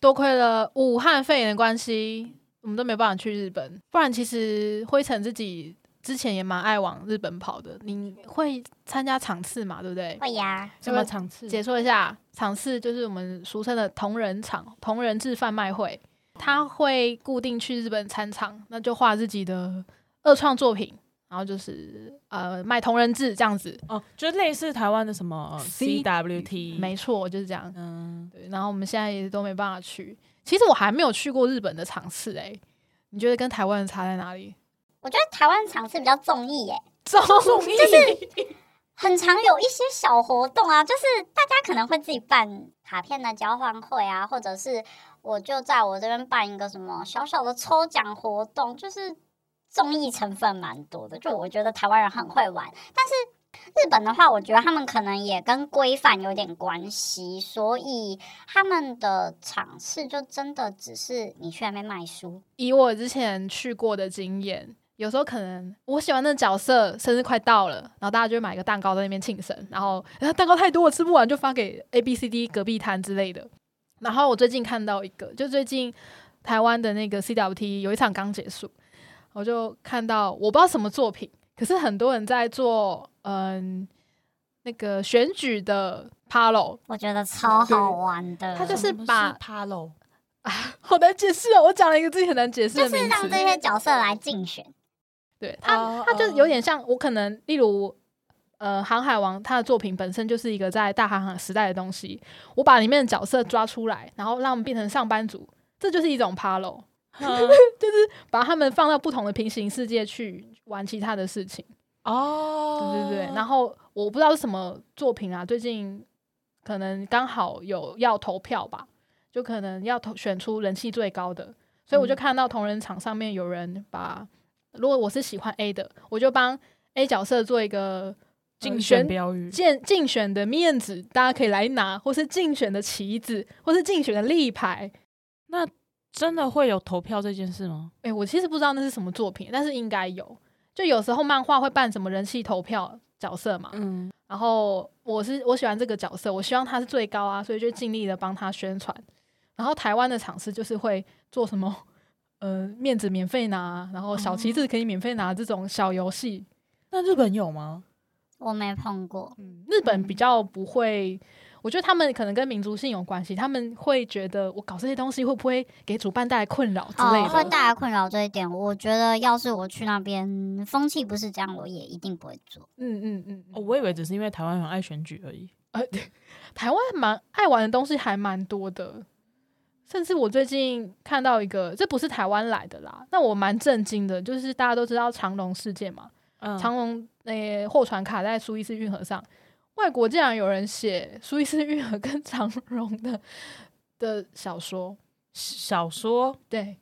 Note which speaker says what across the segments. Speaker 1: 多亏了武汉肺炎的关系，我们都没办法去日本，不然其实灰尘自己之前也蛮爱往日本跑的。你会参加场次嘛？对不对？
Speaker 2: 会呀，
Speaker 1: 什么
Speaker 3: 场次
Speaker 1: 解说一下，场次就是我们俗称的同人场、同人志贩卖会，他会固定去日本参场，那就画自己的二创作品，然后就是呃卖同人志这样子，
Speaker 4: 哦，就类似台湾的什么呃
Speaker 3: C-
Speaker 4: CWT，
Speaker 1: 没错，就是这样。
Speaker 4: 嗯，
Speaker 1: 对，然后我们现在也都没办法去。其实我还没有去过日本的场次诶、你觉得跟台湾的差在哪里？
Speaker 2: 我觉得台湾场次比较综艺耶，
Speaker 1: 综艺就是
Speaker 2: 很常有一些小活动啊，就是大家可能会自己办卡片的交换会啊，或者是我就在我这边办一个什么小小的抽奖活动，就是综艺成分蛮多的。就我觉得台湾人很会玩，但是日本的话，我觉得他们可能也跟规范有点关系，所以他们的场次就真的只是你去那边卖书，
Speaker 1: 以我之前去过的经验，有时候可能我喜欢的角色生日快到了，然后大家就会买个蛋糕在那边庆生，然后呃蛋糕太多我吃不完，就发给 A、B、C、D 隔壁摊之类的。然后我最近看到一个，就最近台湾的那个 CWT 有一场刚结束，我就看到我不知道什么作品，可是很多人在做嗯那个选举的 palo，
Speaker 2: 我觉得超好玩的。
Speaker 1: 他就是
Speaker 4: 什么
Speaker 1: 把
Speaker 4: Palo
Speaker 1: 好难解释哦，我讲了一个自己很难解释
Speaker 2: 就
Speaker 1: 的
Speaker 2: 是
Speaker 1: 名
Speaker 2: 让
Speaker 1: 词
Speaker 2: 啊这。些角色来竞选。
Speaker 1: 对他
Speaker 4: 哦，
Speaker 1: 他就
Speaker 4: 哦
Speaker 1: 有点像我可能，例如，呃，《航海王》他的作品本身就是一个在大航海时代的东西，我把里面的角色抓出来，然后让他们变成上班族，这就是一种 palo，
Speaker 4: 嗯
Speaker 1: 把他们放到不同的平行世界去玩其他的事情。
Speaker 4: 哦，
Speaker 1: 对对对。然后我不知道是什么作品啊，最近可能刚好有要投票吧，就可能要投选出人气最高的，所以我就
Speaker 4: 嗯
Speaker 1: 看到同人场上面有人把，如果我是喜欢 A 的，我就帮 A 角色做一个。
Speaker 4: 竞
Speaker 1: 呃
Speaker 4: 选标语，
Speaker 1: 竞竞选的面子，大家可以来拿，或是竞选的旗子，或是竞选的立牌。
Speaker 4: 真的会有投票这件事吗？
Speaker 1: 诶、我其实不知道那是什么作品，但是应该有。就有时候漫画会办什么人气投票角色嘛，
Speaker 4: 嗯，
Speaker 1: 然后我是我喜欢这个角色，我希望他是最高啊，所以就尽力的帮他宣传。然后台湾的场次就是会做什么，呃，面子免费拿，然后小旗
Speaker 2: 哦
Speaker 1: 子可以免费拿这种小游戏。
Speaker 4: 那日本有吗？
Speaker 2: 我没碰过，
Speaker 1: 嗯，日本比较不会，我觉得他们可能跟民族性有关系，他们会觉得我搞这些东西会不会给主办带来困扰之类
Speaker 2: 哦，会
Speaker 1: 的。
Speaker 2: 带来困扰这一点，我觉得要是我去那边风气不是这样，我也一定不会做。
Speaker 1: 嗯嗯嗯，
Speaker 4: 哦，我以为只是因为台湾很爱选举而已。
Speaker 1: 呃，台湾蛮爱玩的东西还蛮多的，甚至我最近看到一个，这不是台湾来的啦，那我蛮震惊的，就是大家都知道长隆事件嘛，
Speaker 4: 嗯，
Speaker 1: 长隆那、货船卡在苏伊士运河上，外国竟然有人写苏伊士运河跟长隆的的小说，
Speaker 4: 小说
Speaker 1: 对，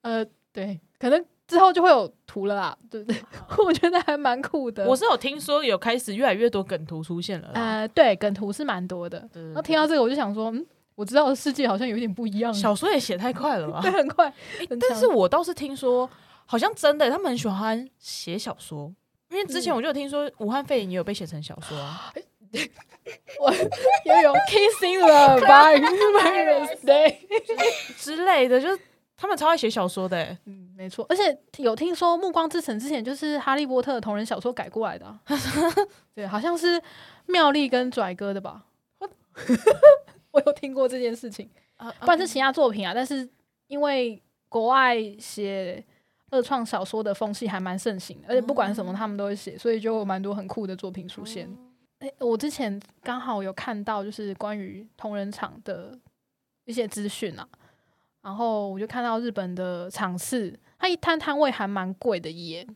Speaker 1: 呃，对，可能之后就会有图了啦，对 不对？我觉得还蛮酷的，
Speaker 4: 我是有听说有开始越来越多梗图出现了啦。
Speaker 1: 呃，对，梗图是蛮多的。
Speaker 4: 对对
Speaker 1: 然
Speaker 4: 对
Speaker 1: 后听到这个，我就想说，嗯，我知道的世界好像有点不一 样，
Speaker 4: 小说也写太快了吧
Speaker 1: 对，？很快。 很
Speaker 4: 但
Speaker 1: 强
Speaker 4: 是我倒是听说，好像真的他们很喜欢写小说，因为之前
Speaker 1: 嗯
Speaker 4: 我就有听说武汉肺炎也有被写成小说 啊。
Speaker 1: 我也 有 kissing the virus day，
Speaker 4: 之类的，就是他们超爱写小说的、欸，
Speaker 1: 嗯，没错。而且有听说《暮光之城》之前就是《哈利波特》的同人小说改过来的啊、 对，好像是妙丽跟拽哥的吧？ 我有听过这件事情，
Speaker 4: 呃
Speaker 1: 不
Speaker 4: 嗯
Speaker 1: 然是其他作品啊。但是因为国外写二创小说的风气还蛮盛行的，而且不管什么他们都会写，所以就有蛮多很酷的作品出现。诶、我之前刚好有看到就是关于同人场的一些资讯啊，然后我就看到日本的场次，它一摊摊位还蛮贵的耶，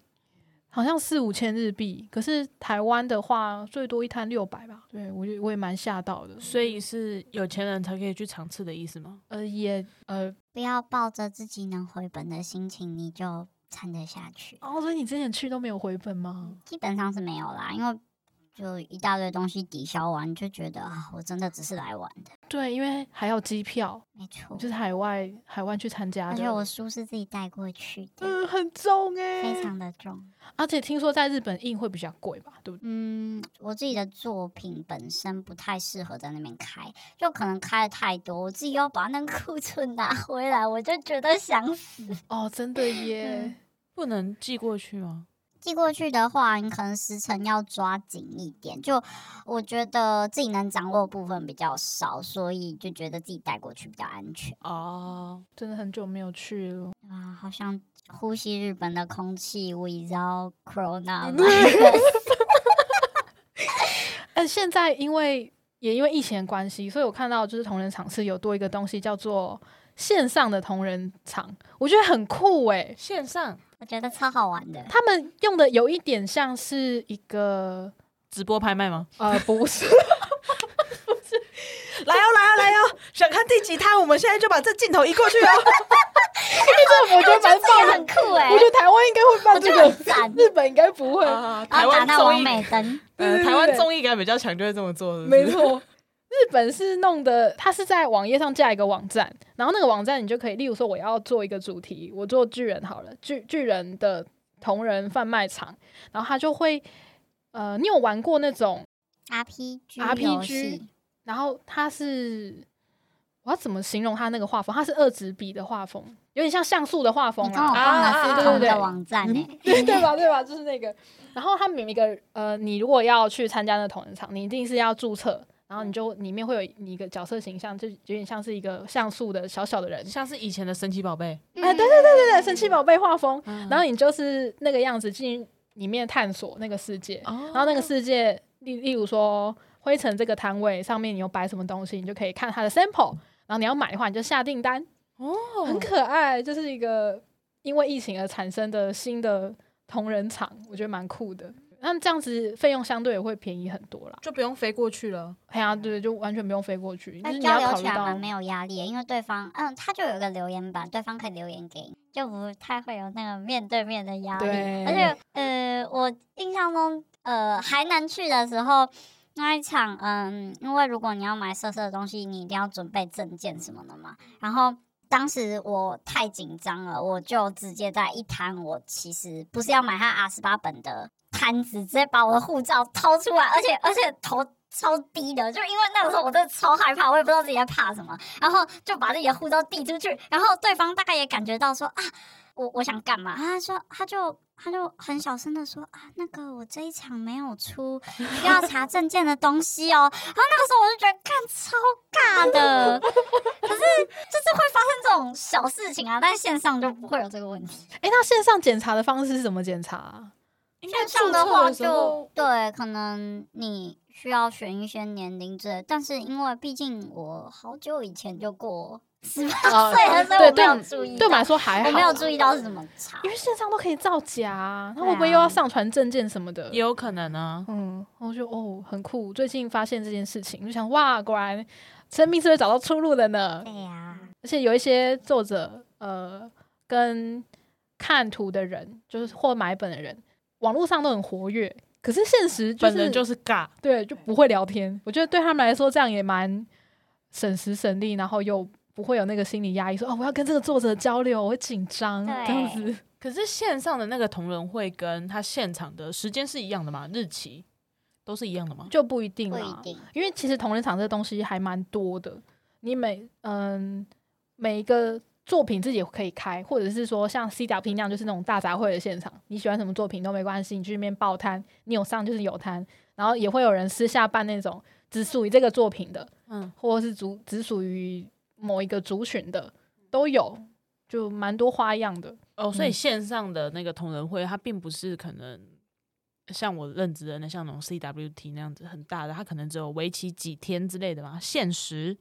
Speaker 1: 好像四五千日币，可是台湾的话最多一摊六百吧。对我就我也蛮吓到的，
Speaker 4: 所以是有钱人才可以去尝试的意思吗？
Speaker 1: 呃也呃
Speaker 2: 不要抱着自己能回本的心情，你就撑得下去。
Speaker 1: 哦，所以你之前去都没有回本吗？
Speaker 2: 基本上是没有啦，因为就一大堆东西抵消完，就觉得啊，我真的只是来玩的，
Speaker 1: 对，因为还有机票，
Speaker 2: 没错。
Speaker 1: 就是海外海外去参加
Speaker 2: 而
Speaker 1: 的
Speaker 2: 且，我书是自己带过去的，
Speaker 1: 嗯，很重
Speaker 4: 欸
Speaker 1: 哎、
Speaker 2: 非常的重。
Speaker 1: 而且听说在日本印会比较贵吧，对不对？
Speaker 2: 嗯，我自己的作品本身不太适合在那边开，就可能开的太多，我自己要把那个库存拿回来，我就觉得想 死。
Speaker 1: 哦，真的耶，
Speaker 2: 嗯
Speaker 4: 不能寄过去吗？
Speaker 2: 寄过去的话，你可能时程要抓紧一点。就我觉得自己能掌握的部分比较少，所以就觉得自己带过去比较安全。
Speaker 4: 哦，
Speaker 1: 真的很久没有去了。
Speaker 2: 啊，好像呼吸日本的空气，without corona
Speaker 1: 但呃现在因为也因为疫情的关系，所以我看到就是同人场是有多一个东西叫做线上的同人场，我觉得很酷诶、
Speaker 4: 线上
Speaker 2: 我觉得超好玩的。
Speaker 1: 他们用的有一点像是一个
Speaker 4: 直播拍卖吗？
Speaker 1: 呃，不是，
Speaker 4: 来哦，来哦，来哦！想看第几摊，我们现在就把这镜头移过去哦。
Speaker 1: 这我觉得蛮
Speaker 2: 这也
Speaker 1: 棒
Speaker 2: 很
Speaker 1: 的。
Speaker 2: 酷哎、
Speaker 1: 我觉得台湾应该会办这
Speaker 2: 我觉得很
Speaker 1: 个
Speaker 2: 赞，哦
Speaker 1: 日本应该不会。
Speaker 2: 然
Speaker 4: 啊台
Speaker 2: 后打
Speaker 4: 湾
Speaker 2: 那
Speaker 4: 综
Speaker 2: 完
Speaker 4: 艺，
Speaker 2: 美灯，
Speaker 1: 对对
Speaker 4: 呃，
Speaker 1: 对
Speaker 4: 台湾综艺感比较强，就会这么做。是不是
Speaker 1: 没，错，日本是弄的，它是在网页上架一个网站，然后那个网站你就可以，例如说我要做一个主题，我做巨人好了，巨巨人的同人贩卖场，然后它就会，呃，你有玩过那种，
Speaker 2: RPG
Speaker 1: RPG
Speaker 2: 游戏
Speaker 1: 然后它是。我要怎么形容它那个画风？它是二指笔的画风，有点像像素的画风
Speaker 2: 你跟我
Speaker 1: 啦，
Speaker 2: 逛的
Speaker 4: 啊
Speaker 2: 是
Speaker 4: 对
Speaker 2: 同一
Speaker 1: 对
Speaker 2: 个
Speaker 1: 对
Speaker 2: 网站哎、
Speaker 1: 对对吧？对吧？就是那个。然后它每一个呃，你如果要去参加那个同人场，你一定是要注册，然后你就里面会有你一个角色形象，就有点像是一个像素的小小的人，
Speaker 4: 像是以前的神奇宝贝，
Speaker 1: 哎，对对对对对，神奇宝贝画风，
Speaker 4: 然
Speaker 1: 然后你就是那个样子进里面探索那个世界，
Speaker 4: 然
Speaker 1: 然后那个世界，例例如说灰尘这个摊位上面你有摆什么东西，你就可以看它的 sample，然后你要买的话你就下订单，
Speaker 4: 哦，
Speaker 1: 很可爱，就是一个因为疫情而产生的新的同人场，我觉得蛮酷的。那这样子费用相对也会便宜很多啦。
Speaker 4: 就不用飞过去了。
Speaker 1: 哎呀，对，就完全不用飞过去，就
Speaker 2: 那
Speaker 1: 是你
Speaker 2: 交
Speaker 1: 要
Speaker 2: 流
Speaker 1: 考
Speaker 2: 起
Speaker 1: 虑
Speaker 2: 来
Speaker 1: 到
Speaker 2: 蛮没有压力的，因为对方，嗯，他就有一个留言板，对方可以留言给你，就不太会有那个面对面的压力。而且，呃，我印象中，呃，海南去的时候那一场，嗯，因为如果你要买色色的东西，你一定要准备证件什么的嘛。然后当时我太紧张了，我就直接在一摊，我其实不是要买他 R 十八本的摊子，直接把我的护照掏出来，而且而且头超低的，就因为那个时候我真的超害怕，我也不知道自己在怕什么，然后就把自己的护照递出去，然后对方大概也感觉到说啊，我我想干嘛？他说他啊就他就很小声的说啊，那个我这一场没有 出需要查证件的东西哦。然后那个时候我就觉得看超尬的， 可是就是会发生这种小事情啊，但是线上就不会有这个问题。
Speaker 1: 哎、那线上检查的方式是怎么检查啊、
Speaker 4: 应
Speaker 2: 线上的话就对，可能你需要选一些年龄之类，但是因为毕竟我好久以前 就过十八
Speaker 1: 啊
Speaker 2: 岁了，所以
Speaker 1: 对
Speaker 2: 我没有
Speaker 1: 对
Speaker 2: 注意
Speaker 1: 对我们来
Speaker 2: 到，
Speaker 1: 说还好，
Speaker 2: 我没有注意到是怎么查
Speaker 1: 因。为线上都可以造假、啊，那
Speaker 2: 对
Speaker 1: 会不会
Speaker 2: 啊
Speaker 1: 又要上传证件什么的？
Speaker 4: 也有可能啊。
Speaker 1: 嗯，我就哦，很酷。最近发现这件事情，就想哇，果然生命是会找到出路的呢。
Speaker 2: 对呀、
Speaker 1: 而且有一些作者，呃，跟看图的人，就是或买本的人，网络上都很活跃，可是现实就
Speaker 4: 本
Speaker 1: 是
Speaker 4: 人就是尬，
Speaker 1: 对就不会聊天。我觉得对他们来说，这样也蛮省时省力，然后又不会有那个心理压力，说哦，我要跟这个作者交流，我会紧张这样
Speaker 2: 对
Speaker 1: 子。
Speaker 4: 可是线上的那个同人会跟他现场的时间是一样的吗？日期都是一样的吗？
Speaker 1: 就不一定
Speaker 2: 不
Speaker 1: 啦，
Speaker 2: 一定。
Speaker 1: 因为其实同人场这东西还蛮多的，你每嗯每一个作品自己可以开，或者是说像 CWP 那样，就是那种大杂烩的现场，你喜欢什么作品都没关系，你去那边报摊，你有上就是有摊，然后也会有人私下办那种只属于这个作品的，
Speaker 4: 嗯，
Speaker 1: 或者是族只属于某一个族群的都有，就蛮多花样的。
Speaker 4: 哦，所以
Speaker 1: 嗯
Speaker 4: 线上的那个同人会，它并不是可能像我认知的那像那种 CWT 那样子很大的，它可能只有为期几天之类的嘛。限时，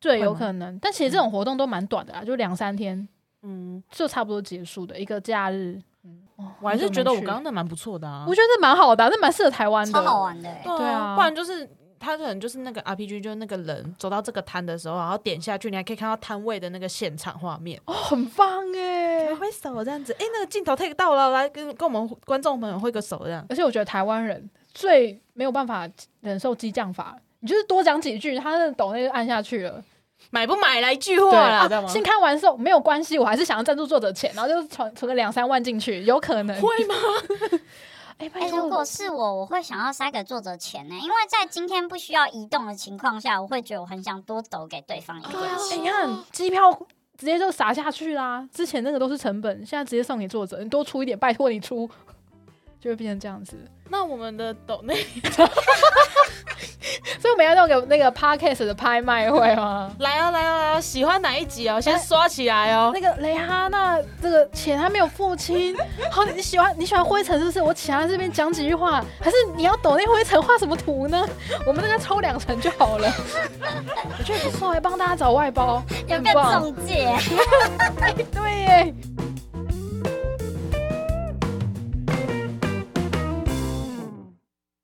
Speaker 1: 对，
Speaker 4: 会
Speaker 1: 有
Speaker 4: 吗
Speaker 1: 可能，但其实这种活动都蛮短的啦，就两三天
Speaker 4: 嗯，
Speaker 1: 就差不多结束的一个假日。嗯，哦
Speaker 4: 我还是
Speaker 1: 很久
Speaker 4: 觉
Speaker 1: 没
Speaker 4: 得我
Speaker 1: 去
Speaker 4: 刚刚那蛮不错的啊。
Speaker 1: 我觉得蛮好的啊、那蛮适合台湾的，
Speaker 2: 超好玩的、欸。
Speaker 1: 对啊
Speaker 4: 哎不然就是他可能就是那个 RPG，就是那个人走到这个摊的时候，然后点下去，你还可以看到摊位的那个现场画面，
Speaker 1: 哦，很棒哎！
Speaker 4: 挥手这样子，哎、那个镜头 take 到了，来跟跟我们观众朋友挥个手这样。
Speaker 1: 而且我觉得台湾人最没有办法忍受激将法，你就是多讲几句，他的抖那就按下去了。
Speaker 4: 买不买来聚货
Speaker 1: 对啊
Speaker 4: 啦，啊知道吗？
Speaker 1: 先看完之后没有关系，我还是想要赞助作者钱，然后就存存个两三万进去，有可能
Speaker 4: 会吗？
Speaker 1: 哎、拜
Speaker 2: 哎、
Speaker 1: 托
Speaker 2: 如果是我，我会想要塞给作者钱呢、因为在今天不需要移动的情况下，我会觉得我很想多抖给对方一点
Speaker 1: 对啊，哎、
Speaker 2: 钱。
Speaker 1: 你看机票直接就撒下去啦，之前那个都是成本，现在直接送给作者，你多出一点，拜托你出， 就会变成这样子。
Speaker 4: 那我们的抖 内？
Speaker 1: 所以我们要弄个那个 podcast 的拍卖会吗
Speaker 4: 来哦来哦来哦，喜欢哪一集哦，先刷起来哦。
Speaker 1: 那个蕾哈娜这个钱还没有付清，好，你喜欢你喜欢灰尘是不是？我请他这边讲几句话，还是你要抖那灰尘画什么图呢？我们大概抽两成就好了，我觉得不错，还帮大家找外包，
Speaker 2: 有
Speaker 1: 很
Speaker 2: 个
Speaker 1: 棒，
Speaker 2: 中介。
Speaker 1: 对耶。